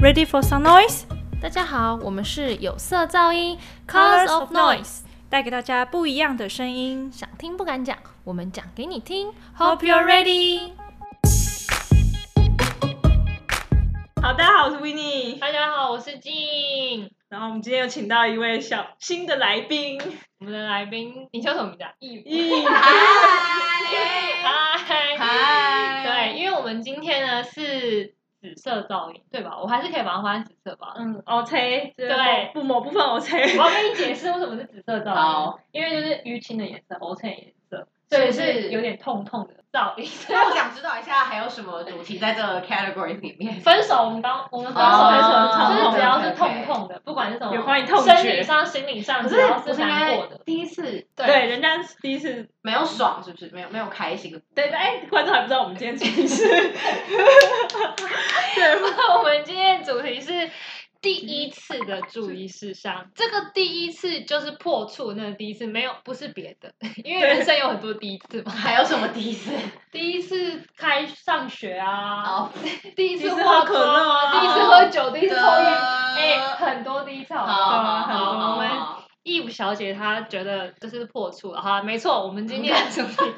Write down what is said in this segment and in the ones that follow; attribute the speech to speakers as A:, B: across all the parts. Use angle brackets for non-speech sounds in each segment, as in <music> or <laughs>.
A: Ready for some noise？
B: 大家好，我们是有色噪音 （Colors of Noise），
A: 带给大家不一样的声音。
B: 想听不敢讲，我们讲给你听。
A: Hope you're <laughs> ready。好，大家好，我是 Winnie。
B: 大家好，我是静。
A: 然后我们今天又请到一位小新的来宾， <laughs>
B: 我们的来宾，你叫什么名字啊？易
A: 咦，
B: <laughs> 嗨
C: 嗨
B: 对，因为我们今天呢是紫色噪音，对吧？我还是可以把它换成紫色吧。
A: 嗯，OK，这
B: 对
A: 不某部分 OK，
B: 我要跟你解释为什么是紫色噪音
C: 好，
B: 因为就是淤青的颜色、红青的颜色，所以是有点痛痛的噪音。
C: 那我想知道一下，还有什么主题在这个 category 里面？
B: 分手，我们刚我们分手
A: 哦
B: 的时候，
A: 分手
B: 就是只要
C: 痛
B: 是
C: 痛
B: 痛痛的，不管是什么，
A: 有关于痛觉
B: 生理上、心理上，
C: 可
B: 只
C: 是
B: 要
C: 我是
B: 难过的，
C: 第一次
A: 对，，人家第一次，
C: 没有爽，是不是？没有没有开心。
A: 对，哎，观众还不知道我们今天主题是，
B: <laughs> <laughs> 我们今天的主题是第一次的注意事项。这个第一次就是破处那个第一次，没有不是别的， <laughs> 因为
A: 对
B: 人生有很多第一次嘛。
C: 还有什么第一次？
B: 第一次开上学啊，
C: 好，
B: 第一
A: 第一
B: 次
A: 次
B: 化
A: 喝可乐
B: 妆
A: 啊
B: 啊，第一次喝酒，第一次抽烟，哎，
C: 哎，
B: 很多第一次好
C: 好
B: 不好
C: 好
A: 好
C: 好
B: 我们
C: 好，
B: 义务小姐她觉得这是破处了哈，没错，我们今
C: <laughs>
B: 天的主题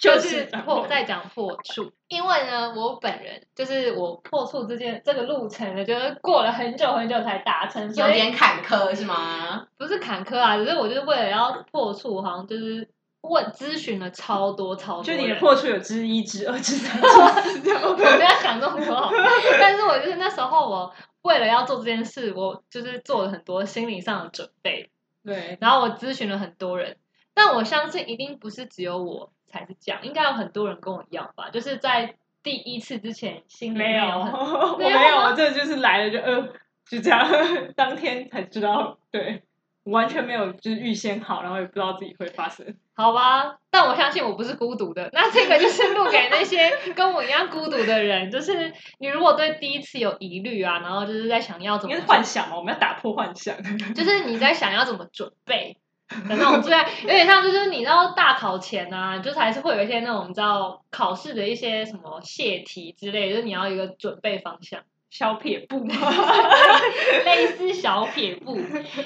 A: 就
B: 就是是破在讲破处，因为呢，我本人就是我破处之间这个路程呢，就是过了很久很久才达成，所
C: 有
B: 以
C: 点坎坷是吗？
B: 不是坎坷啊，只是我就是为了要破处，好像就是问咨询了超多超多
A: 就
B: 人，
A: 你的破处有之一、之二、之三、之四，这样
B: <laughs> 我没有想这么多好吗， <laughs> 但是我就是那时候我为了要做这件事，我就是做了很多心理上的准备，
A: 对，
B: 然后我咨询了很多人，但我相信一定不是只有我才是这样，应该有很多人跟我一样吧，就是在第一次之前心里
A: 没有，
B: 面有很
A: 我
B: 没有
A: 没有，
B: 吗
A: 我这就是来了就呃，就这样， <laughs> 当天才知道，对，我完全没有就是预先好，然后也不知道自己会发生。
B: 好吧，但我相信我不是孤独的。那这个就是录给那些跟我一样孤独的人，就是你如果对第一次有疑虑啊，然后就是在想要怎
A: 应
B: 么
A: 该是幻想嘛，我们要打破幻想。
B: 就是你在想要怎么准备的那种，对，有点像就是你知道大考前啊，就是还是会有一些那种你知道考试的一些什么泄题之类，就是你要有一个准备方向。
A: 小撇步嘛，
B: <laughs> 类似小撇步，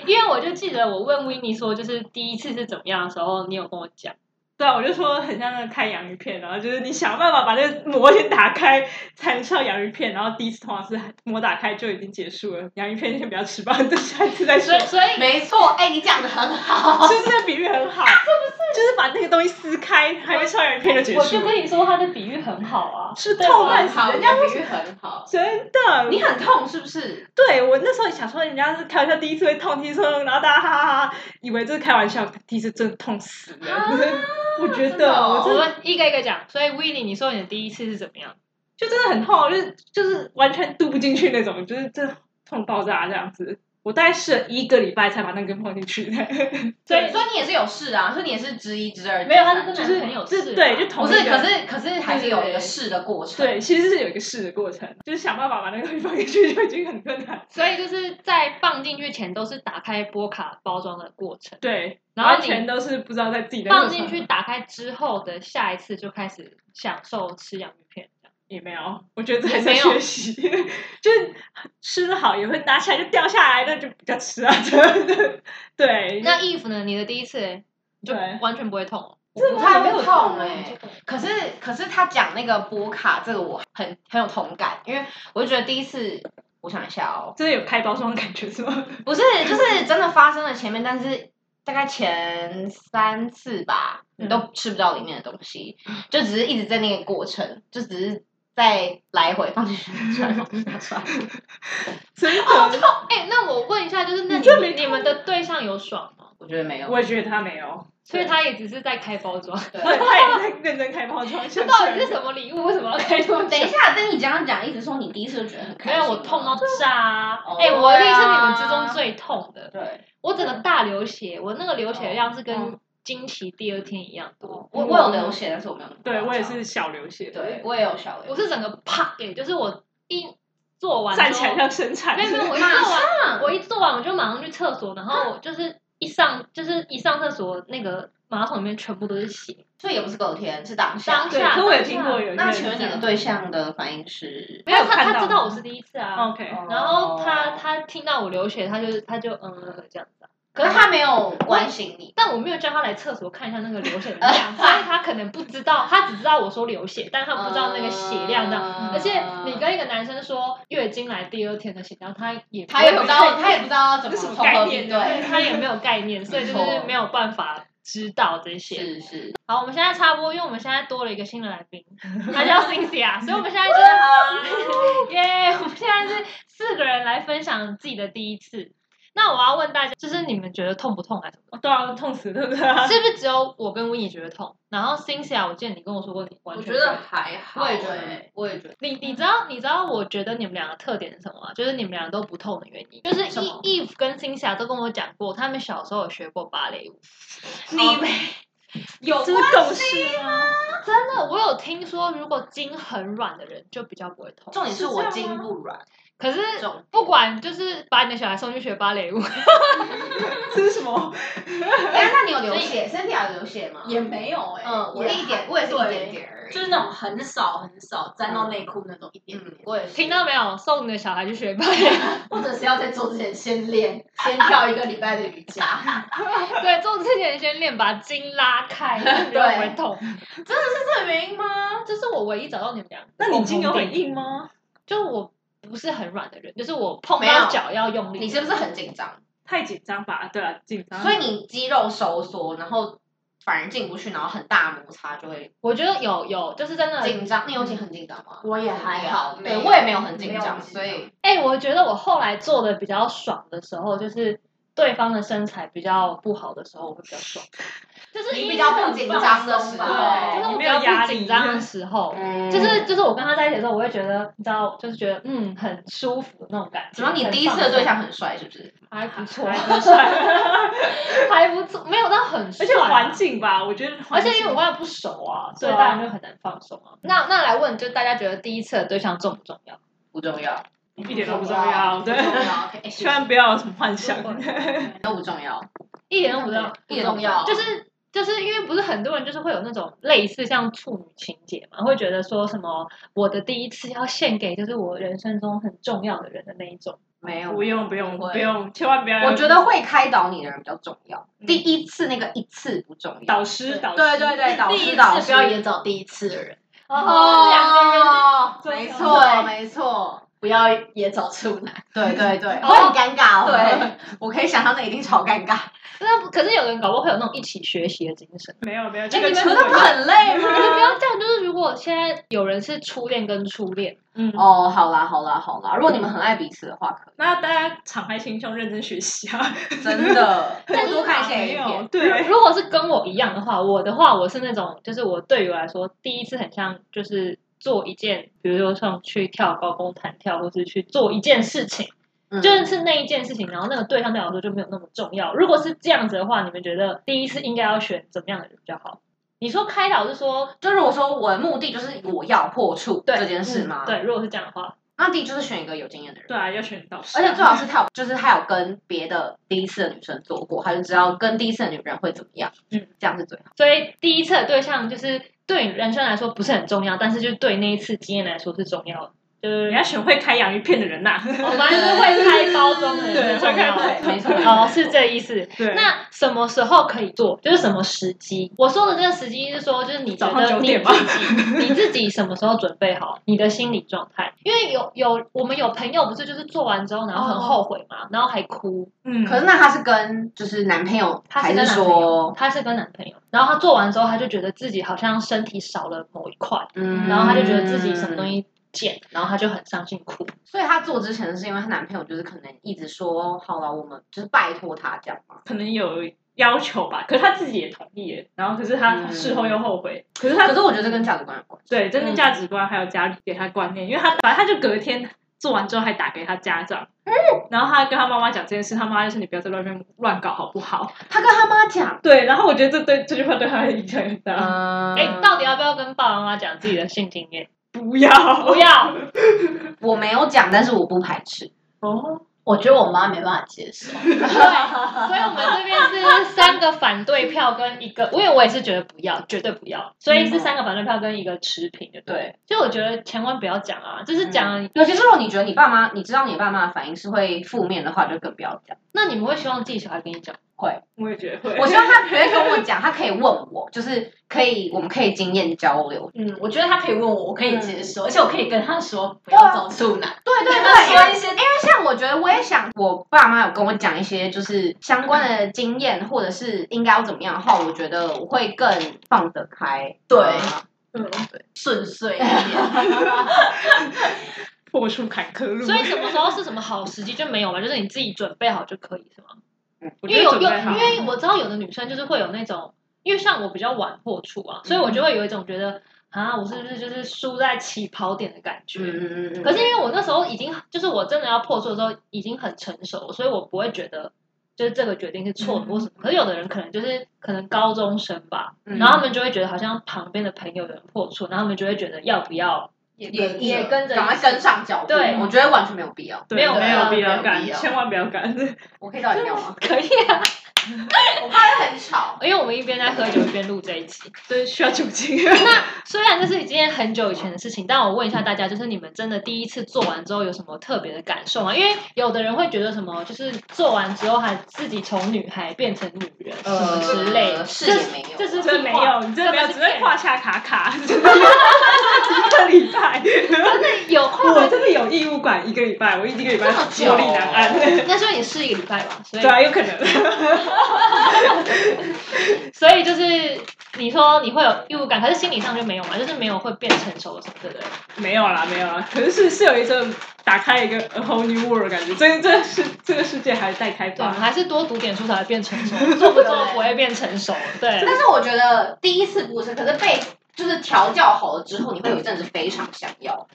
B: 因为我就记得我问 w i n n 说，就是第一次是怎么样的时候，你有跟我讲，
A: 对啊，我就说很像那个看洋芋片，然后就是你想办法把那个膜先打开，才能吃到洋芋片。然后第一次通常是膜打开就已经结束了，洋芋片先不要吃吧，等下一次再 <laughs> 说
B: 所以。所以
C: 没错，哎，你讲的很好。
A: 就是这个比喻很好，是不是？就是把那个东西撕开，还没吃到洋芋片就结
B: 我
A: 束
B: 就
A: 了，
B: 跟你说他的比喻很好啊，
A: 是
B: 对
A: 痛
B: 吧
A: 烂
C: 很
A: 死
C: 好，
A: 人
C: 你
A: 家
C: 的
A: 为
C: 比
A: 什么
C: 喻很好。
A: 真的，
C: 你很痛是不是？
A: 对我那时候想说，人家是开玩笑，第一次会痛，第一次会痛，然后大家哈哈哈，以为这是开玩笑，第一次真的痛死了。我觉
C: 真
A: 得
C: 的
A: 我
C: 哦
B: 我
A: 真的
B: 们一个一个讲，所以 w i n n 你说你的第一次是怎么样？
A: 就真的很痛，就是就是完全嘟不进去那种，就是真的痛爆炸这样子。我大概试了一个礼拜才把那根放进去，
B: 所以
C: 对，所以你也是有试啊，所以你也是之一、之二、
B: 没有，
C: 之
B: 他是
C: 三
B: 真的
A: <laughs> 就是
B: 很有
A: 这
B: 事啊，
A: 对就同
C: 不
A: 一个
C: 是，可是可是还是有一个试的过程。
A: 对，其实是有一个试的过程，就是想办法把那个东西放进去就已经很困难。
B: 所以就是在放进去前都是打开波卡包装的过程，
A: 对，
B: 然后
A: 完
B: 你
A: 全都是不知道在自己在
B: 放
A: 做什
B: 进
A: 么
B: 去打开之后的下一次就开始享受吃洋芋片。
A: 也没有，我觉得这还是在
B: 也没
A: 学
B: 有
A: 习， <laughs> 就是吃的好也会拿起来就掉下来，那就比较吃啊， <laughs> 真的。对，
B: 那 Eve 呢？你的第一次欸你就
A: 对
B: 完全不会痛哦。
C: 我不太会痛
B: 欸
D: 欸
C: 哎、
A: 这
C: 可是可是他讲那个波卡，这个我很很有同感，因为我就觉得第一次，我想一下哦，
A: 真的有开包装的感觉是吗？
C: 不是就是真的发生了前面，但是大概前三次吧，你都吃不到里面的东西，就只是一直在那个过程，就只是在来回放进去穿放进去穿，
A: 真的，
B: 哎、那我问一下，就是那
A: 你
B: 你
A: 觉得没
B: 们你们的对象有爽吗？
C: 我觉得没有，
A: 我也觉得他没有，
B: 所以他也只是在开包装。
C: 对
A: 对，他也在 <laughs> 认真开包装，
B: 这
A: 想
B: 到 <laughs> 底是什么礼物？为什么要开这么
C: 等一
B: 久？
C: 下，等你这样讲，一直说你第一次就觉得很开
B: 没
C: 心，
B: 有，我痛到炸啊！
C: 哦
B: 哎、我一定是
C: 对
B: 你
C: 啊
B: 们之中最痛的。
C: 对，
B: 我整个大流血，我那个流血的量是跟
C: 哦
B: 经期第二天一样多。
C: 我我有流血，但是我没有，
A: 对我也，是小流血，
C: 对，我也有小流
B: 我
C: 血，
B: 是整个啪，哎、就是我一做完之后
A: 站起来像生产
B: 没有没有，我一
C: 马
B: 做完，我一做完我就马上去厕所，然后我就是一上就是一上厕所那个马桶里面全部都是血。
C: 所以也不是隔天，是当
B: 当
C: 下。
A: 对，
B: 下
A: 可我也
B: 当
A: 听
B: 下
A: 过有一些人
C: 那请问你
A: 这
C: 的
A: 样
C: 对象的反应是？
B: 没有
A: 他有
B: 他，
A: 看到
B: 他
A: 吗
B: 知
A: 哦
B: 道我是第一次啊。
A: ？OK，
B: 然后他
C: 哦
B: 他听到我流血，他就他就嗯嗯嗯这样子啊。可
C: 可
B: 是
C: 是
B: 他
C: 他没有关心你，
B: 但我没有叫他来厕所看一下那个流血 <laughs> 的量，所以他可能不知道，他只知道我说流血，但他不知道那个血量这样。
C: 嗯
B: 而且你跟一个男生说月经来第二天的血量，他也
C: 他也
B: 不会
C: 不知道，他也不知道怎么
A: 这什么
C: 从
A: 概
C: 何
A: 念
C: 比
A: 呢
C: 对。
B: 他也没有概念，所以就是没有办法知道这些。
C: 是是，
B: 好，我们现在插播，因为我们现在多了一个新的来
C: <laughs>
B: 宾，他叫 Cynthia，所以我们现在
C: 哦
B: 就是 <laughs> 耶，我们现在是四个人来分享自己的第一次。那我要问大家，就是你们觉得痛不痛
C: <laughs>
B: 还是
A: 哦对啊，痛死，对不对啊？
B: 是不是只有我跟 w i n n 觉得痛？然后 Cynthia，我记得你跟我说过你完
D: 我
B: 全
D: 觉
B: 不
D: 得
B: 会
D: 还好、
C: 我也觉得
D: 欸，，
C: 我也觉得。
B: 你你知道你知道我觉得你们两个特点是什么吗？就是你们俩都不痛的原因，就是
C: 什么
B: Eve Eve 跟 Cynthia 都跟我讲过，他们小时候有学过芭蕾舞。
A: 你
B: 没
A: 有这是共识吗？
B: 真的，我有听说，如果筋很软的人就比较不会痛。
C: 重点
A: 是
C: 是
A: 这
C: 我
A: 样
C: 筋
A: 吗
C: 不软，
B: 可是
C: 重点
B: 不管，就是把你的小孩送去学芭蕾舞， <laughs>
A: 这是什么？
C: 哎，那你有流血？身体有流血吗？
D: 也没有哎、
C: 嗯，我
D: 也
C: 一点，
D: 还
C: 我也是一
D: 对
C: 点点而已。
D: 就是那种很少很少沾到内裤那种一点
C: 嗯
D: 点，，
C: 我也是。
B: 听到没有？送你的小孩去学芭蕾
C: <laughs>
B: 舞。
C: 或者是要在做之前先练，先跳一个礼拜的瑜
B: <laughs>
C: 伽。
B: 对，做之前先练，把筋拉开，你就不会痛。
C: 是这个原因吗？
B: 这是我唯一找到你们俩。
A: 那你筋有很？硬吗？
B: 就是我不是很软的人，就是我碰
C: 没有
B: 到脚要用力。
C: 你是不是很紧张？
A: 太紧张吧？对啊，紧张。
C: 所以你肌肉收缩，然后反而进不去，然后很大摩擦就会
B: 我觉得有有，就是真的。
C: 紧张。你有紧很紧张吗？
D: 我也还好，
C: 对
D: 有
C: 我也没有很紧
D: 没有
C: 张，
D: 很紧
C: 所以
B: 哎、我觉得我后来做的比较爽的时候，就是对方的身材比较不好的时候，我会比较爽。就是
C: 你
B: 因为
C: 比较不紧张的时
D: 放松
B: 对，
D: 吧
B: 就是
A: 你
B: 我
C: 候，
B: 比
A: 没有
B: 较
A: 压
B: 不
A: 力
B: 紧张的时候。
C: 嗯
B: 就是就是我跟他在一起的时候，我会觉得你知道，就是觉得嗯很舒服的那种感觉。
C: 怎么你第一次的对象很帅是不是？
B: 很放松还不错， <laughs>
A: 很帅，
B: 还不错，没有到很
A: 而
B: 帅啊，
A: 且环境吧，我觉得
B: 而
A: 环境，
B: 且因为我跟他不熟啊，所以
A: 对啊
B: 当然就很难放松啊。那那来问，就大家觉得第一次的对象重不重要？
C: 不重要，
A: 一点都不重要，对
C: 不， <laughs> 重要，OK，
A: 千万不要有什么幻想。
C: 都不重要，
B: 一点都不重要，
C: 一点都不重要。
B: 就是就是因为不是很多人就是会有那种类似像处女情节嘛，会觉得说什么我的第一次要献给就是我人生中很重要的人的那一种。
C: 没
A: <laughs>
C: 有
A: 不用不用
C: 不会
A: 不用，千万不要有。
C: 我觉得会开导你的人比较重要，
A: 嗯
C: 第一次那个一次不重要。
A: 导师导师，
C: 对对对，导
D: 第一
C: 师
D: 次
C: 导师
D: 不要也找第一次的人，
B: 哦，两个人
A: 个人
C: 没
A: 做
C: 错没 <laughs> 错，
D: 不要也找处男，
C: 对对对，
D: 我很尴尬哦。
C: 对，我可以想象那一定超尴尬。
B: <laughs> 那不可是有人搞不好会有那种一起学习的精神。
A: 没有没有，
B: 哎
A: 这个
B: 你们
A: 出
B: 真的
A: 轨
C: 很累
B: 你们啊不要这样，就是如果现在有人是初恋跟初恋，
A: 嗯，
C: <laughs> 哦，好啦好啦好啦，如果你们很爱彼此的话，可
A: 那大家敞开心胸，认真学习啊，
C: 以真 <laughs> 的
A: 但
C: 多看一些
A: 没
C: A
A: 有
C: 片。 <laughs>
A: 对。
B: 如果是跟我一样的话，我的话我是那种，就是我对于我来说，第一次很像就是做一件，比如说像去跳高空弹跳，或是去做一件事情，
C: 嗯
B: 就是那一件事情，然后那个对象对我来说就没有那么重要。如果是这样子的话，你们觉得第一次应该要选怎么样的人比较好？你说开导是说
C: 就如果说我的目的就是我要破处
B: 对嗯
C: 这件事吗？，
B: 对，如果是这样的话，
C: 那第一就是选一个有经验的人。
A: 对啊，要选导师，
C: 而且最好是他有，就是他有跟别的第一次的女生做过，他就知道跟第一次的女人会怎么样，
A: 嗯，
C: 这样是最好。
B: 所以第一次的对象就是对你人生来说不是很重要，但是就对那一次经验来说是重要
A: <laughs>
B: 的，就是
A: 你要选会开洋芋片的人呐、
C: <laughs>
B: 我们就是会开包装 <laughs> 的
A: 对
B: 人是重要
A: 会开
B: 的。
A: 包
C: 没错，没错
B: 哦，是这意思。
A: 对，
B: 那什么时候可以做？就是什么时机？我说的这个时机是说，就是你觉
A: 早上
B: 得
A: 九
B: 你
A: 点吧
B: 自己你自己什么时候准备好你的心理状态？因为有有我们有朋友不是就是做完之后然后很
C: 哦
B: 后悔嘛，然后还哭。
A: 嗯，
C: 可是那他是跟就是男朋友，
B: 她
C: 还
B: 是跟男朋友
C: 说，，
B: 她是跟男朋友，然后她做完之后，她就觉得自己好像身体少了某一块，
C: 嗯
B: 然后她就觉得自己什么东
C: 西。
B: 西减，然后她就很伤心哭。
C: 所以她做之前是因为她男朋友就是可能一直说好了，我们就是拜托她这样
B: <laughs>
C: 嘛。
A: 可能有要求吧，可是他自己也同意耶，然后可是他
C: 嗯
A: 事后又后悔，可是他
C: 可是我觉得这跟价值观有关系。
A: 对真正价值观还有家里给他观念，因为他反正他就隔天做完之后还打给他家长，然后他跟他妈妈讲这件事，他妈就说你不要在外面乱搞好不好？
C: 她跟她妈讲，啊
A: 对，然后我觉得这对这句话对他的影响很大，
C: 嗯，
B: 哎、到底要不要跟爸爸妈妈讲自己的性经
D: <laughs>
B: 验？
A: 不要
B: 不要。
C: 我没有讲，但是我不排斥。
A: 哦，
D: 我觉得我妈没办法
B: <laughs>
D: 接受。
B: 所以我们这边是三个反对票跟一个，因为我也是觉得不要，绝对不要，所以
D: 嗯
B: 是三个反对票跟一个持平的。对，所以我觉得千万不要讲啊，就是讲，
D: 嗯
C: 尤其是如果你觉得你爸妈，你知道你爸妈的反应是会负面的话，就更不要讲。
B: 那你们会希望自己小孩跟你讲？
C: 会，
A: 我也觉得会。
C: 我希望他不会跟我讲，他可以问我，就是可以，我们可以经验交流。
D: 嗯，我觉得他可以问我，我可以接
A: 嗯
D: 受，而且我可以跟他说不
C: 对
D: 要
C: 啊
D: 走处男，
C: 对对
D: 跟
C: 对，
D: 他
C: 因为
D: 说
B: <laughs>
D: 一些
C: 因为像我觉得，我也想，我爸妈有跟我讲一些就是相关的经验，或者是应该要怎么样的话，我觉得我会更放得开。嗯
D: 对
C: 啊
A: 嗯，
D: 顺
C: <laughs>
D: 遂一点。
A: 破出坎坷 <laughs> 路。
B: 所以什么时候是什么好时机就没有嘛，就是你自己准备好就可以，是吗？
A: 我觉
B: 因为
A: 得
B: 有
A: 准
B: 有，
A: 备
B: 因
A: 好了，
B: 为我知道有的女生就是会有那种，因为像我比较晚破处啊，所以我就会有一种觉得啊，我是不是就是输在起跑点的感觉？
C: 嗯嗯嗯。
B: 可是因为我那时候已经就是我真的要破处的时候已经很成熟了，所以我不会觉得就是这个决定是错的
A: 嗯
B: 或什么。可是有的人可能就是可能高中生吧，
C: 嗯
B: 然后他们就会觉得好像旁边的朋友有人破处，然后他们就会觉得要不要
D: 也
C: 也
B: 也
D: 也
B: 跟着
C: 赶快
B: 一起
C: 跟上脚步，
B: 对
C: 我觉得完全没有必要。
A: 对
B: 没有
A: 没
B: 必要
A: 必
D: 没
A: 要
D: 有
A: 干，
D: 必要
A: 千万不要 <laughs> 干。
C: 我可以到饮
B: <laughs>
C: 料吗？
B: 可以啊，
D: 我怕会很吵。
B: 因为我们一边在喝酒一边录这一集。
A: 对，需要酒精。
B: 虽然这是一件很久以前的事情，但我问一下大家，就是你们真的第一次做完之后有什么特别的感受吗？因为有的人会觉得什么，就是做完之后还自己从女孩变成女人、什么之类的，
C: 呃是也没有。
B: 这是
A: 真的
B: 屁
A: 没
B: 话
A: 有，你真的没有，
B: 这
A: 只
B: 个是
A: 会胯下卡 <laughs> 卡，真的一个礼拜。
B: 有
A: 我真的有义务管一个礼拜，我一个礼拜坐立难安。
B: 那所以你试一个礼拜吧，所以
A: 对啊，有可能。
B: 所以就是你说你会有义务感，可是心理上就没有嘛，就是没有会变成熟什么的人。
A: 没有啦，没有啦，可是是是有一种打开一个 a whole new world 的感觉，这这是这个世界还待开
B: 对，我啊
A: 发
B: 们。还是多读点书才会变成熟，做不做不会变成熟。对，
C: <laughs> 但是我觉得第一次不是，可是被就是调教好了之后，你会有一阵子非常想要，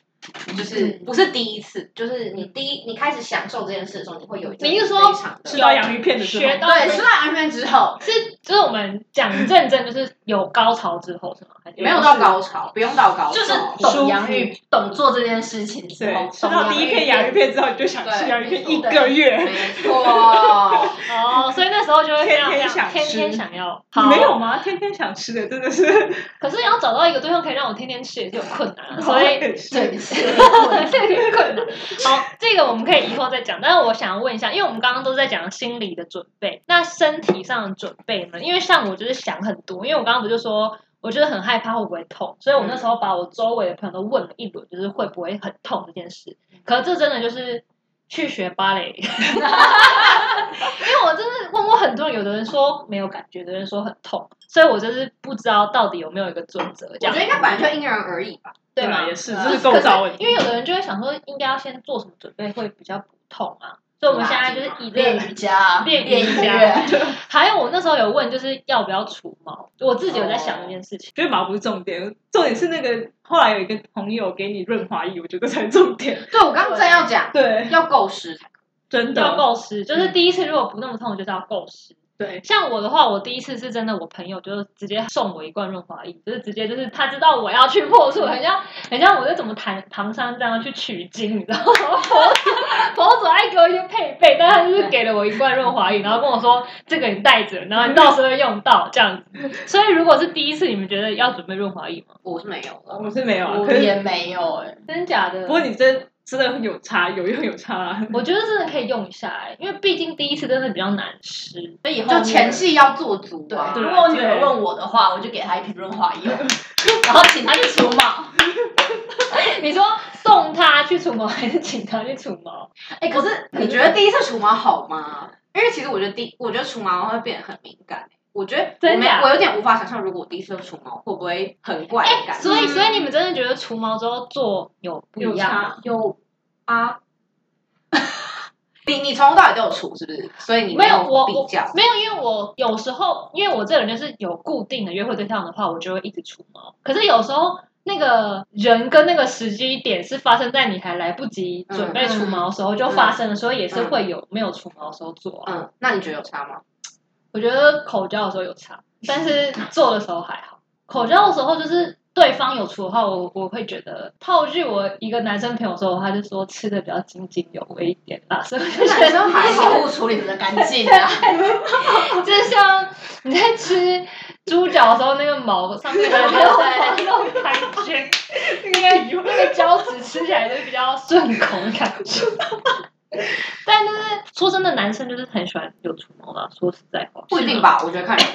C: 就是
B: 嗯
C: 不是第一次，就是你第一你开始享受这件事的时候，你会有一阵
B: 你是
C: 子
B: 说
C: 非常的
A: 吃到洋芋片的时候
B: 学，到
D: 对，吃到安全之后，
B: 是就是我们讲认真，就是有高潮之后是吗？还是
C: 没有到高潮，不用到高潮，
D: 就是
A: 舒服
D: 懂洋芋，懂做这件事情之
A: 对
D: 后，，
A: 吃到第一片洋芋片之后，你就想吃
C: 对
A: 洋芋片一
C: 没错
A: 个月。
C: 没错。
B: 哦，所以那时候就会非常
A: 天天
B: 这样
A: 想
B: 天
A: 吃
B: 天想要。
A: 你
B: 好
A: 没有吗？天天想吃的真的是，
B: 可是要找到一个对象可以让我天天吃也是有困
A: 哦
B: 难的，啊所以
D: 对，
B: <laughs> 这有点困难。 <laughs> 好，这个我们可以以后再讲。但是我想问一下，因为我们刚刚都在讲心理的准备，那身体上的准备呢？因为像我就是想很多，因为我刚刚不就说，我就是很害怕会不会痛，所以我那时候把我周围的朋友都问了一轮，就是会不会很痛这件事。可是这真的就是。去学芭蕾， <laughs> 因为我真的问过很多人，有的人说没有感觉，有的人说很痛，所以我就是不知道到底有没有一个准则，这样
C: 我觉得应该本来就因人而异吧。
B: 对吗
A: 啊？也是，
D: 对
A: 这是
B: 可
A: 构
B: 是
A: 造问题。
B: 因为有的人就会想说，应该要先做什么准备会比较不痛啊。所以我们现在就是以
D: 练
B: 练，
D: 瑜伽，
B: 练
D: 练
B: 瑜
D: 音
B: 伽
D: 乐，
B: 还有我那时候有问，就是要不要除毛，我自己有在想这件事情。
A: 觉得毛不是重点，重点是那个后来有一个朋友给你润滑液，我觉得才是重点。
C: 对，我刚刚正要讲，
A: 对，
C: 要够湿才可
A: <laughs> 真
B: 要
A: 的，
B: 够湿，就是第一次如果不那么痛，就是要够湿。
A: 对，
B: 像我的话，我第一次是真的，我朋友就是直接送我一罐润滑液，就是直接就是他知道我要去破处，很像很像我在怎么唐唐三这样去取经，你知道吗？佛祖佛祖爱给我一些配备，但他就是给了我一罐润滑液，然后跟我说这个你带着，然后你到时候会用到这样子。所以如果是第一次，你们觉得要准备润滑液吗？
C: 以，我是没有
B: 呃
C: 的。
A: 我是没有啊，
D: 我
A: 可是
D: 也没有
C: 欸
D: 哎。
B: 真假的？
A: 不过你真真的有差，有用有差啊。
B: 我觉得真的可以用一下、欸，因为毕竟第一次真的比较难湿。
D: 所以以后
C: 就前戏要做足
D: 对，
C: 啊，
A: 对
D: 如果我女儿问我的话，我就给她一瓶润滑油， <laughs> 然后请她去除毛。
B: 你说送他去除毛还是请他去除毛？
C: 哎、可是你觉得第一次除毛好吗？因为其实我觉得第，我觉得除毛会变得很敏感、欸我觉得我
B: 真
C: 没
B: 的啊
C: 有，我有点无法想象，如果我第一次除毛会不会很怪
D: 哎
C: 的感觉？
B: 所以，所以你们真的觉得除毛之后做嗯有不一样吗？
C: 有啊， <laughs> 你你从头到尾都有除是不是？所以你
B: 没有，我
C: 有比
B: 我
C: 较，
B: 没有，因为我有时候，因为我这个人就是有固定的约会对象的话，我就会一直除毛。可是有时候那个人跟那个时机点是发生在你还来不及准备除毛的时候就发生了，所以也是会有没有除毛的时候做、啊。
C: 嗯，那你觉得有差吗？
B: 我觉得口交的时候有差，但是做的时候还好。口交的时候就是对方有除的话，我我会觉得套句我一个男生朋友说，他就说吃的比较津津有味一点啦，所以我就觉
C: 男
B: 得
C: 生还
D: 还
C: 好
D: 好，物处理的干净啊，
B: <laughs> 就像你在吃猪脚的时候，那个毛上面还有
C: <laughs>
B: 在那种感觉，那个那个胶质吃起来就比较顺口的感觉。但就是说真的，男生就是很喜欢有除毛啦。说实在话，
C: <laughs>
D: 不
C: 不一定吧？我觉得看人，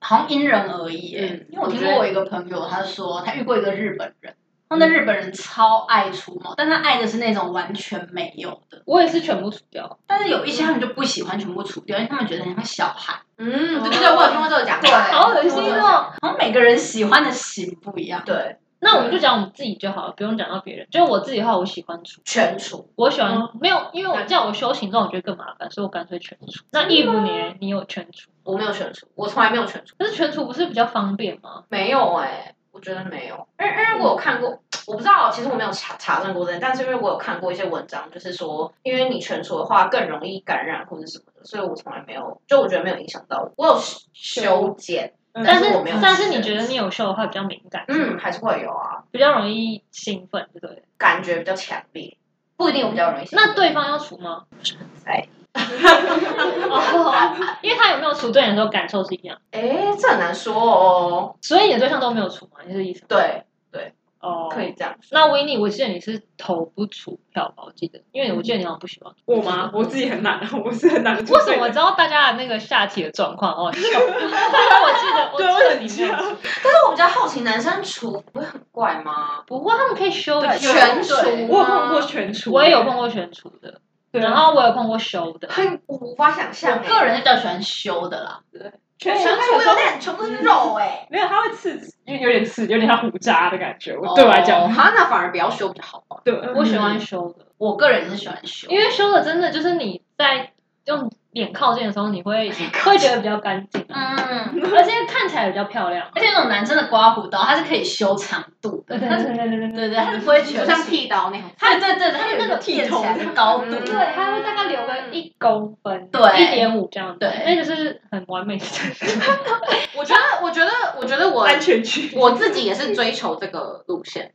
D: 好像因人而异、欸。
C: 嗯
D: 因为我听过我一个朋友，他说他遇过一个日本人，然后那日本人超爱除毛，但他爱的是那种完全没有的。
B: 我也是全部除掉。啊
D: 但是有一些他们就不喜欢全部除掉，因为他们觉得很像小孩。
C: 嗯，对对对，我有听过这个讲法，
B: 好恶心哦！
D: 好像每个人喜欢的型不一样。
C: 对，
B: 那我们就讲我们自己就好了，不用讲到别人。就我自己的话，我喜欢除，
C: 全嗯除，
B: 我喜欢、没有，因为我叫我修行这种，我觉得更麻烦，所以我干脆全除。那义务年你有全除，
C: 我没有全除，我从来没有全除，
B: 可是全除不是比较方便吗？
C: 没有哎，我觉得没有，嗯因为因为我有看过，我不知道，其实我没有查查证过这件，但是因为我有看过一些文章，就是说，因为你全除的话更容易感染或者什么的，所以我从来没有，就我觉得没有影响到我，我有修修剪，
A: 嗯
B: 但
C: 是
B: 是
C: 我没有
B: 但
C: 全
B: 是
C: 除
B: 你觉得你有修的话比较敏感，
C: 嗯，还是会有啊，
B: 比较容易兴奋，对不对？
C: 感觉比较强烈，不一定我比较容易，
B: 那对方要除吗？
C: 哎
B: <laughs> 哦，因为他有没有除，对你的时候感受是一样，
C: 哎，这很难说哦，
B: 所以你的对象都没有除吗？你是意思吗？
C: 对，
A: 呃
B: 哦，
C: 可以。这样说，
B: 那维尼，我记得你是头不除票吧？我记得，因为我记得你好像不喜欢。
A: 我吗？我自己很懒，啊我是很懒。
B: 为什么我知道大家的那个下体的状况？ <laughs> 哦，笑因为我记得，我
A: 对
B: 记得
A: 我
B: 你
A: 很
B: 没有
A: 像
B: 除
C: 但是我比较好奇，男生除不会很怪吗？
B: 不过他们可以修一
C: 对
B: 下
C: 全除
A: 我有碰过全除，
B: 我也有碰过全除的，
A: 对，
B: 然后我有碰过修的。
C: 很我无法想象
D: 我
C: 欸。
D: 个人是比较喜欢修的啦，
A: 全除
C: 全
A: 它有
C: 部
A: 时候
C: 有点全部是肉哎、
A: 没有，它会刺，有有点刺，有点像胡渣的感觉。我对我来
C: 哦
A: 讲，
C: 哈，那反而不要修比较好吧。
A: 对，嗯
B: 我喜欢修的，
D: 我个人是喜欢修，
B: 因为修的真的就是你在用脸 <laughs> 靠近的时候，你会会觉得比较干净，
D: 嗯，
B: 而且看起来比较漂亮。
D: 而且那种男生的刮胡刀，它是可以修长度的，它是
B: 对对
D: 对对，它是不会
C: 就
D: 全
C: 像
D: 剃，
C: 剃刀那样，
D: 它对对，它的那个
A: 剃
D: 变起来
A: 头
D: 的高度，
C: 嗯
B: 对，它会大概留个一公分，
D: 对
B: 一点五这样子，
D: 对
B: 那就是很完美的。
C: 我觉 <laughs> 得，我觉得，我觉得我
A: 安全区。嗯
C: 我自己也是追求这个路线，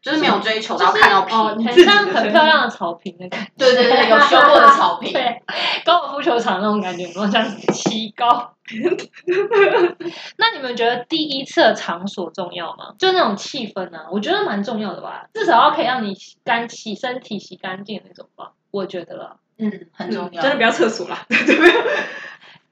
C: 就是没有追求到看到皮。
A: 哦你自
B: 很
A: 己的
B: 像
A: 身
B: 很
A: 体
B: 漂亮的草坪的感觉，
D: 对对
B: <laughs>
D: <laughs> 对，有修过的草坪，
B: 对，高尔夫球场那种感觉，有没有像七高？ <laughs> 那你们觉得第一次的场所重要吗？就那种气氛啊，我觉得蛮重要的吧，至少要可以让你洗干洗身体洗干净的那种吧，我觉得啦。
D: <laughs> 嗯，很
A: 嗯
D: 重要，
A: 真的不要厕所啦， <laughs> 对不对？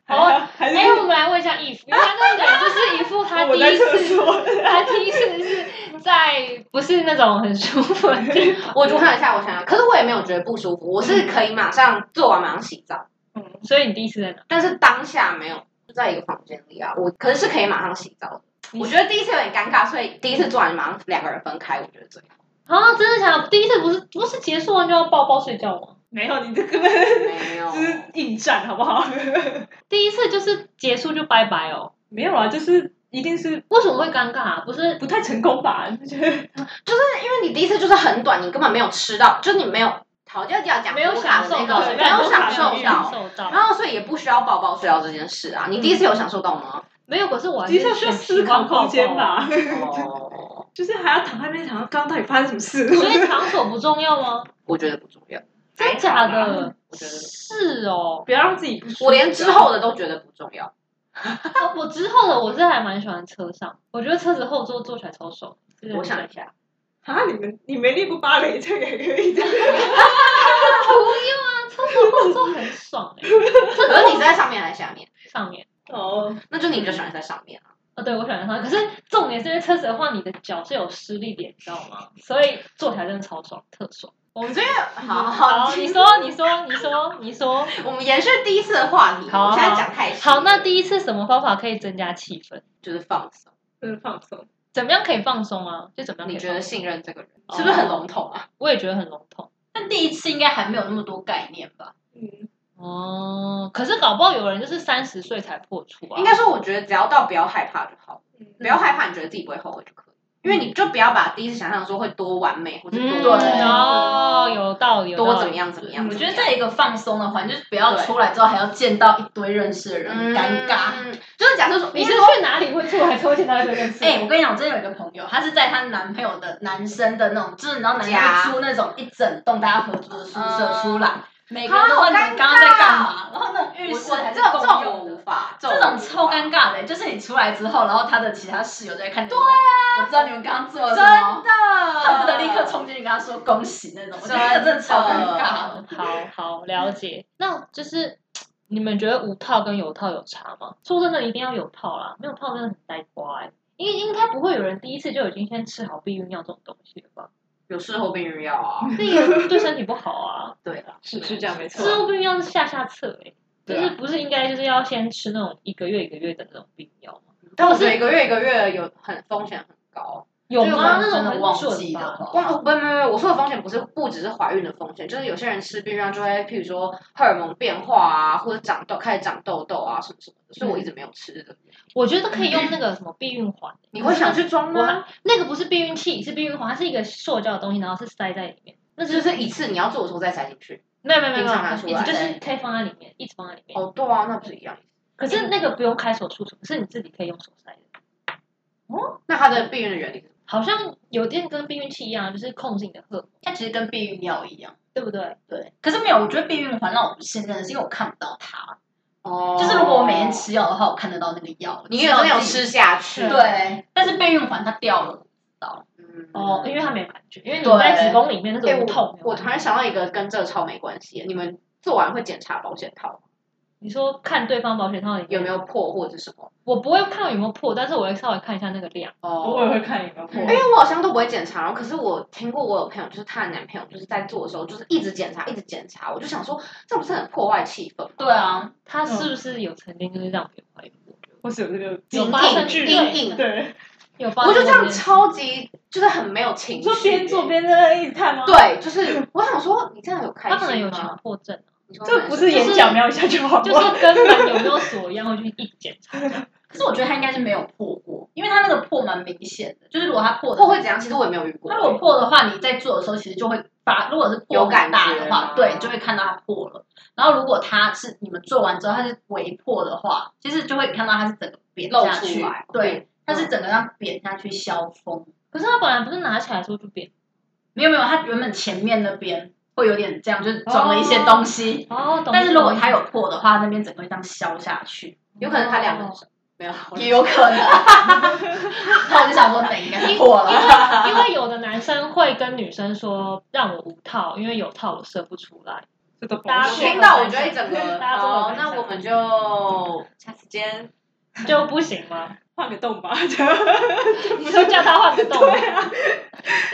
B: 哦
A: 还是
B: 哎，我们来问一下义父，因为他那个人就是一副他第
A: 我在
B: 一
A: 厕
B: 次，
A: 所。
B: 他第一次是在不是那种很舒服的地
A: <laughs>
B: 方，
C: 我我看了一下，我想想，可是我也没有觉得不舒服，我是可以马上做完马上洗澡，
A: 嗯
B: 所以你第一次在哪？
C: 但是当下没有就在一个房间里啊，我可是是可以马上洗澡的。
B: 你
C: 我觉得第一次有点尴尬，所以第一次做完马上两个人分开，我觉得
B: <laughs>
C: 最好。
B: 啊，真的想第一次不是不是结束完就要抱抱睡觉吗？
A: 没有，你这根本
C: 没有
A: 就是应战，好不好？
B: 第一次就是结束就拜拜哦，
A: 没有啊，就是一定是
B: 为什么会尴尬、啊？不是
A: 不太成功吧？
C: 因为你第一次就是很短，你根本没有吃到，就是你没有逃掉掉讲
B: 没有
C: 不
B: 享
C: 好
B: 受
C: 那
B: 到，
C: 个，没有享受
B: 没有享
C: 到，
B: 受
C: 然
B: 到，
C: 后所以也不需要抱抱睡觉这件事啊。你第一次有享受到吗？
B: 没有。可是我还
A: 其
B: 是
A: 实需要
B: 选
A: 思考空间
B: 喜欢抱抱啊。
A: 吧，
C: 哦，
A: 就是还要躺在那边想，刚刚到底发生什么事？
B: 所以场所不重要吗？
C: 我觉得不重要，
B: 真假
A: 还好啦
B: 的？
C: 我觉得
B: 是哦，
A: 不要让自己不舒服
C: 我连之后的都觉得不重要。
B: 啊我之后的我是还蛮喜欢车上，我觉得车子后座坐起来超爽。是
C: 我想一下，
A: 啊，你们你没练过芭蕾，这个也可以这样。
B: 不用啊，车子后座很爽哎、
C: 可是你是在上面还是下面？
B: 上面
A: 哦，
C: 那就你比较喜欢在上面啊。
B: 哦，对我喜欢上面，可是重点是因为车子的话，你的脚是有施力点，你知道吗？所以坐起来真的超爽，特爽。
C: 我们这个好
B: 好，
C: 好，
B: 你说，你说，你说，你说。
C: 我们延续第一次的话题，
B: 好
C: 我们现在讲太细
B: 好，那第一次什么方法可以增加气氛？
C: 就是放松。
A: 真的放松。
B: 怎么样可以放松啊？就怎么样可以
C: 你
B: 放
C: 觉得
B: 松？
C: 信任这个人是不是很笼统啊？
B: 我也觉得很笼统。
D: 但第一次应该还没有那么多概念吧？
A: 嗯，
B: 哦，可是搞不好有人就是三十岁才破处啊。
C: 应该说，我觉得只要到不要害怕就好，不要害怕，你觉得自己不会后悔就可以。因为你就不要把第一次想象说会多完美，或者
B: 嗯，
C: 多
D: 对
B: 哦，有道理，有
C: 多
B: 道
C: 怎么
B: 理？
C: 样怎么样。
D: 我
C: 怎
D: 觉得
C: 么样
D: 在一个放松的环境，就是不要
C: 对
D: 出来之后还要见到一堆认识的人，尴尬。
C: 嗯就是假设说
B: 你是
C: 因为说
B: 去哪里会出来抽签到一个认
C: <laughs>
B: 识？
D: 哎、我跟你讲，我真的有一个朋友，她是在她男朋友的男生的那种，就是你知道男
C: 家
D: 生会租那种一整栋大家合租的宿舍
C: 嗯
D: 出来，每个人都问你
C: 好尴尬
D: 刚刚在干嘛，然后那种浴
C: 我
D: 室还
C: 我
D: 是
C: 这种这
D: 共
C: 种我
D: 用
C: 无
D: 的。
C: 法，
D: 这种超尴
C: 尬。
D: 尬的、就是你出来之后，然后他的其他室友在看你。对啊，我知道你们刚刚做了什么，
C: 的
D: 恨不得立刻冲进去跟他说恭喜那种。我觉得那个真的超尴尬的。
B: 好好了解，那就是你们觉得无套跟有套有差吗？说真的，一定要有套啦，没有套真的很呆瓜哎、应应该不会有人第一次就已经先吃好避孕药这种东西了
C: <laughs>
B: 吧？
C: 有事后避孕药啊， <laughs>
B: 这个对身体不好啊。
C: 对了，
A: 是是这样没错
B: 吃。后避孕药是下下策哎、
C: 对
B: 就
C: 啊
B: 是不是应该就是要先吃那种一个月一个月的那种避孕药吗？
C: 但我觉得一个月一个月有很风险很高。
B: 有
D: 这个
B: 吗？
D: 我
B: 那
D: 真
B: 种
D: 的
B: 很
D: 忘
B: 准
D: 记
B: 吧
D: 的话
C: 哇，不不不，我说的风险不是不只是怀孕的风险，就是有些人吃避孕药就会，譬如说荷尔蒙变化啊，或者长痘开始长痘痘啊什么什么的，所以我一直没有吃的。
B: 我觉得可以用那个什么避孕环，
C: 你会想去装
B: 我还
C: 吗？
B: 那个不是避孕器，是避孕环，它是一个塑胶的东西，然后是塞在里
C: <laughs>
B: 面。那
C: 就是是一次你要做的时候再塞进去。
B: 没有没有没有，
C: 平常拿出
B: 没有
C: 来
B: 就是可以放在里面，一直放在里面。
C: 哦，对啊，那不是一样。
B: 可是那个不用开手术，可是你自己可以用手塞的。
C: 那它的避孕的原理是什么？
B: 好像有点跟避孕器一样，就是控制你的荷尔蒙，
D: 它其实跟避孕药一样，
B: 对不
C: 嗯
B: 对？
D: 对。可是没有，我觉得避孕环让我不信任的是因为我看不到它。
C: 哦
D: 就是如果我每天，吃药的话，我看得到那个药。
C: 你有真的有
D: 知道自己
C: 吃下去？
D: 对，但是备孕环它掉了。
C: 嗯
B: 哦，因为它没有感觉，因为你
D: 对
B: 在子宫里面那
C: 哎
B: 个无痛没有
C: 我
B: 感觉。
C: 突然想到一个跟这超没关系的，你们做完会检查保险套吗
B: 你说看对方保险套里面
C: 有没，有破或者是什么？
B: 我不会看有没有破，但是我会稍微看一下那个量。
A: 偶
C: 哦，
A: 尔会看有没有破。
C: 因为我好像都不会检查，然后可是我听过我有朋友，就是她的男朋友就是在做的时候，就是一直检查，一直检查，我就想说，这不是很破坏气氛吗？
D: 对啊，
B: 他是
C: 嗯
B: 不是有曾经就是让别人怀疑过？
A: 或是有这个
B: 有
A: 经
B: 发生
A: 验
B: 经验
C: 硬硬，
A: 对，
B: 有发
C: 我就
B: 生
C: 这
B: 过件
C: 样
B: 事
C: 超级就是很没有情
A: 你
C: 绪
A: 说
C: 耶，
A: 边做边在那一直看吗？，
C: 对，就是我想说，你这样有开
B: 他可能
C: 心
B: 有强
C: 吗？
B: 迫症啊，
C: 你说
A: 这不是眼角瞄一下就
C: 哦
A: 好
B: 就
A: 吗？
B: 是跟本有没有
C: <laughs>
B: 锁一样，会去一直检查。
D: 可是我觉得它应该是没有破过，因为它那个破蛮明显的，就是如果它破的
C: 破
D: 话，
C: 会怎样？其实我也没有遇过
D: 它。如果破的话，你在做的时候其实就会发，如果是破
C: 有感
D: 很大
C: 觉
D: 的
C: 吗
D: 话，对，就会看到它破了。然后如果它是你们做完之后它是微破的话，其实就会看到它是整个扁
C: 露
D: 下
C: 出
D: 去
C: 来，
D: 对，它是整个让扁下去消风。
B: 可是他本来不是拿起来的时候就变
D: 没有没有，它原本前面那边会有点这样，就是装了一些东西。
B: 哦，懂
D: 但是如果
B: 懂
D: 它有破的话，那边整个会这样消下去，
C: 有可能他两个人
B: 哦
C: 没有，
D: 也有可能。 <laughs> 那我就想说，哪应该是破了。
B: <laughs> 因为有的男生会跟女生说让我无套，因为有套我射不出来。
A: 这都不
B: 大家
A: 是
C: 听到我觉得一整个，
B: <laughs> 大家都
C: 好
B: 很，开
C: 那
B: 心
C: 我们就下次见。
B: 就不行吗？ <laughs>
A: 换个洞吧，这样
B: 你说叫他换个洞？对啊，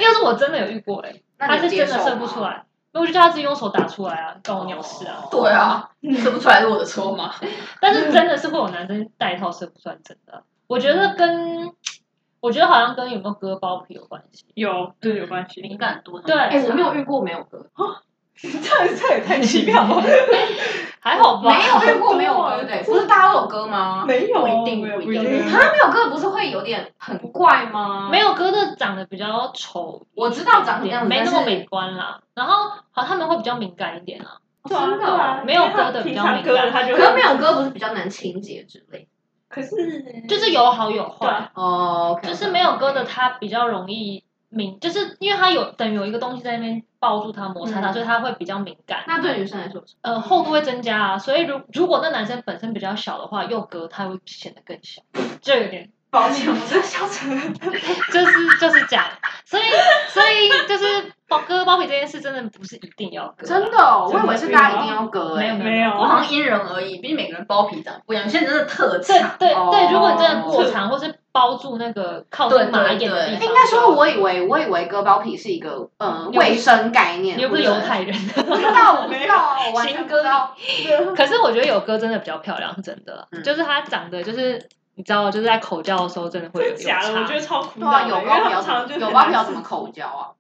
B: 要是我真的有遇过哎、欸，
C: 那
B: 他
C: 你有
B: 是
C: 接
B: 真
C: 受
B: 的
C: 吗哦
B: 射不出来，那我就叫他自己用手打出来啊，关我鸟事啊！
D: 对 <laughs> 啊，测不出来是我的错吗？
B: 但
C: 嗯
B: 是真的是会有男生戴套射不出来，真的，啊我觉得跟
C: 嗯
B: 我觉得好像跟有没有割包皮有关系。
A: 有，对有关系。
D: 敏感度很
B: 对，
D: 高
C: 哎、我没有遇过没有割，
A: 这这也太奇妙了，
B: 还好吧？
C: 没有遇过没有割的、啊不是大家都有割吗？
A: 没有，
C: 不一定
A: 没有
C: 不
A: 啊不
C: 一
A: 一
C: 定。
A: 定。
C: 他没有割不是会有点很怪吗？
B: 没有割的长得比较丑，
C: 我知道长什么样子
B: 没那
C: 但
B: 么
C: 是
B: 美观啦。然后好，他们会比较敏感一点啊。
A: 对啊
C: 真的
A: 对啊，
B: 没有
A: 因为他
B: 割的比
A: 平
B: 较
A: 常
B: 敏
A: 割的
B: 感
A: 他就
C: 可是没有割不是比较难清洁之类
A: 可是
C: 嗯
B: 就是有好有
A: 对
B: 坏
A: 啊，
C: 哦
B: 就是没有割的，它比较容易敏，就是因为它有等于有一个东西在那边抱住它、摩擦它，
C: 嗯
B: 所以它会比较敏感，
C: 那对女生来说有什么，
B: 呃，厚度会增加啊。所以如如果那男生本身比较小的话，又割它会显得更小，就有点
A: 抱歉，我真的笑成
B: 就是就是这样。所以所以就是包割包皮这件事真的不是一定要割啊，
C: 真的哦、我以为
A: 真
C: 是
A: 的
C: 大家一定要割、
B: 没有
C: 哎，
B: 没
A: 没
B: 有
A: 有。
D: 我好像因人而异，毕竟每个人包皮长不一样，有些人真的特
B: 对
D: 长。
B: 对
C: 哦
B: 对，如果你真的过长或是包住那个靠近
D: 对对
B: 马眼的地
D: 对
B: 方，
C: 应该说，我以为我以为割包皮是一个呃
B: 又不是
C: 卫生概念，
B: 你又不是
C: 或者
B: 犹太人。
C: 我不知道，我不知道啊，我完全
B: 行
C: 不知道。
B: <laughs> 可是我觉得有歌真的比较漂亮，是真的，
C: 嗯
B: 就是她长得就是你知道，就是在口交的时候真的会有
A: 真的假的，
B: 有
A: 我
B: 差
A: 觉得超苦
C: 对
A: 恼的，
C: 啊，有
A: 因为
C: 包
A: 他
C: 皮
A: 们
C: 要
A: 常常
C: 怎
A: 就是
B: <laughs>
C: 么
A: 很
C: 有包
A: 难
C: 皮要
A: 吃
C: 怎么口交啊？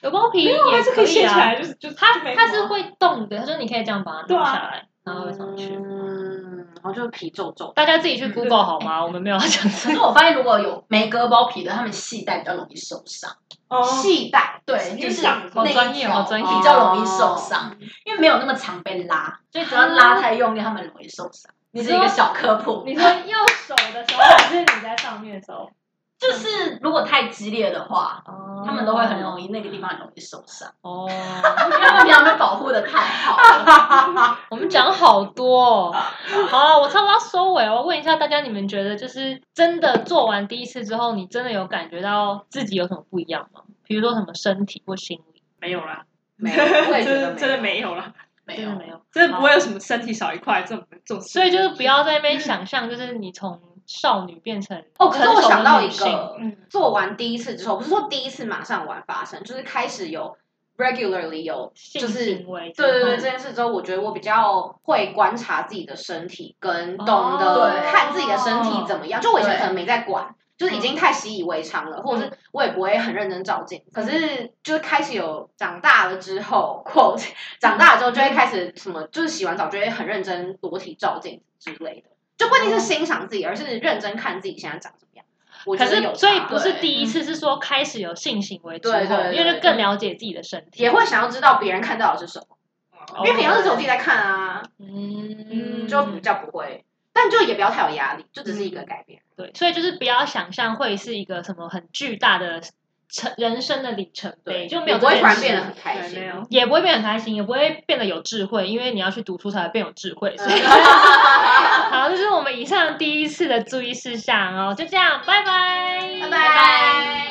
B: 有包皮也
A: 还是可以掀起
B: 啊，
A: 来，就是就是
B: 它
A: 没
B: 它
A: 什么
B: 是会动的，她说你可以这样把它
A: 对
B: 弄
A: 啊
B: 下来，然后又上去。
C: 嗯，
D: 然后就是皮皱皱的。
B: 大家自己去 Google 好吗？我们没有要讲
D: 可
B: 这
D: 是
B: 个。
D: 我发现，如果有没割包皮的，他们系带比较容易受伤。
A: 哦，
D: 系带对，
B: 系
D: 就是
B: 上好
D: 那一
B: 专业好
D: 条
B: 专业啊
D: 比较容易受伤，因为没有那么常被拉，所以只要拉太用力，他们容易受伤。
B: 你
D: 你
B: 说
D: 是一个小科普，
B: 你说右手的时候还是你在上面的时候？
D: 就是如果太激烈的话，
B: 哦
D: 他们都会很容易那个地方很容易受
B: <laughs>
D: 伤，
B: 哦。
D: 因为他们平常被保护的太好了。
B: 我们讲好多、哦，好啊，我差不多要收尾哦。我问一下大家，你们觉得就是真的做完第一次之后，你真的有感觉到自己有什么不一样吗？比如说什么身体或心理？
A: 没有啦，
D: 没有，我也觉
A: 真
D: 得
A: 的真的没
D: 有，
A: 有哦啦，
D: 没
B: 真的
D: 有。
B: 没有，
A: 真的不会有什么身体少一块这种这种事。
B: 所以就是不要在那边想象，就是你从少女变成
C: 哦，可是我想到一
B: 成熟的女性
C: 个，
A: 嗯
C: 做完第一次之后，不是说第一次马上玩发生，就是开始有 regularly 有，
B: 性
C: 就是
B: 行为之后，
C: 对对对，这件事之后，我觉得我比较会观察自己的身体，跟
B: 哦嗯
C: 懂得
D: 对
C: 看自己的身体怎么样。就我以前
D: 对
C: 可能没在管，就是已经太习以为常了，或
B: 嗯
C: 者是我也不会很认真照镜。可是就是开始有长大了之后，quote 长大了之后
B: 嗯
C: 就会开始什么，就是洗完澡就会很认真裸体照镜之类的。就不一
B: 哦
C: 定是欣赏自己，而是认真看自己现在长什么样。我觉
B: 可
C: 得
B: 是
C: 有
B: 所以
C: 差
B: 不是
D: 对
B: 第一次，是说开始有性行为之后，
C: 对对对
B: 因为就更了解自己的身体，
C: 也会想要知道别人看到的是什么，因
B: 哦
C: 为平常是只有自己在看啊。
B: 嗯
C: 嗯，就比较不会，但就也不要太有压力，就只是一个改变。
B: 对，所以就是不要想象会是一个什么很巨大的成人生的里程碑，
C: 对，
B: 就没有
C: 也不
B: 这
C: 会突
B: 件
C: 然
B: 事
C: 变得很开
A: 对
C: 心
A: 没。有，
B: 也不会变得很开心，也不会变得有智慧，因为你要去读书才会变有智慧。所以
C: 嗯
B: <laughs> 好，这是我们以上第一次的注意事项哦，就这样，拜拜，
C: 拜拜。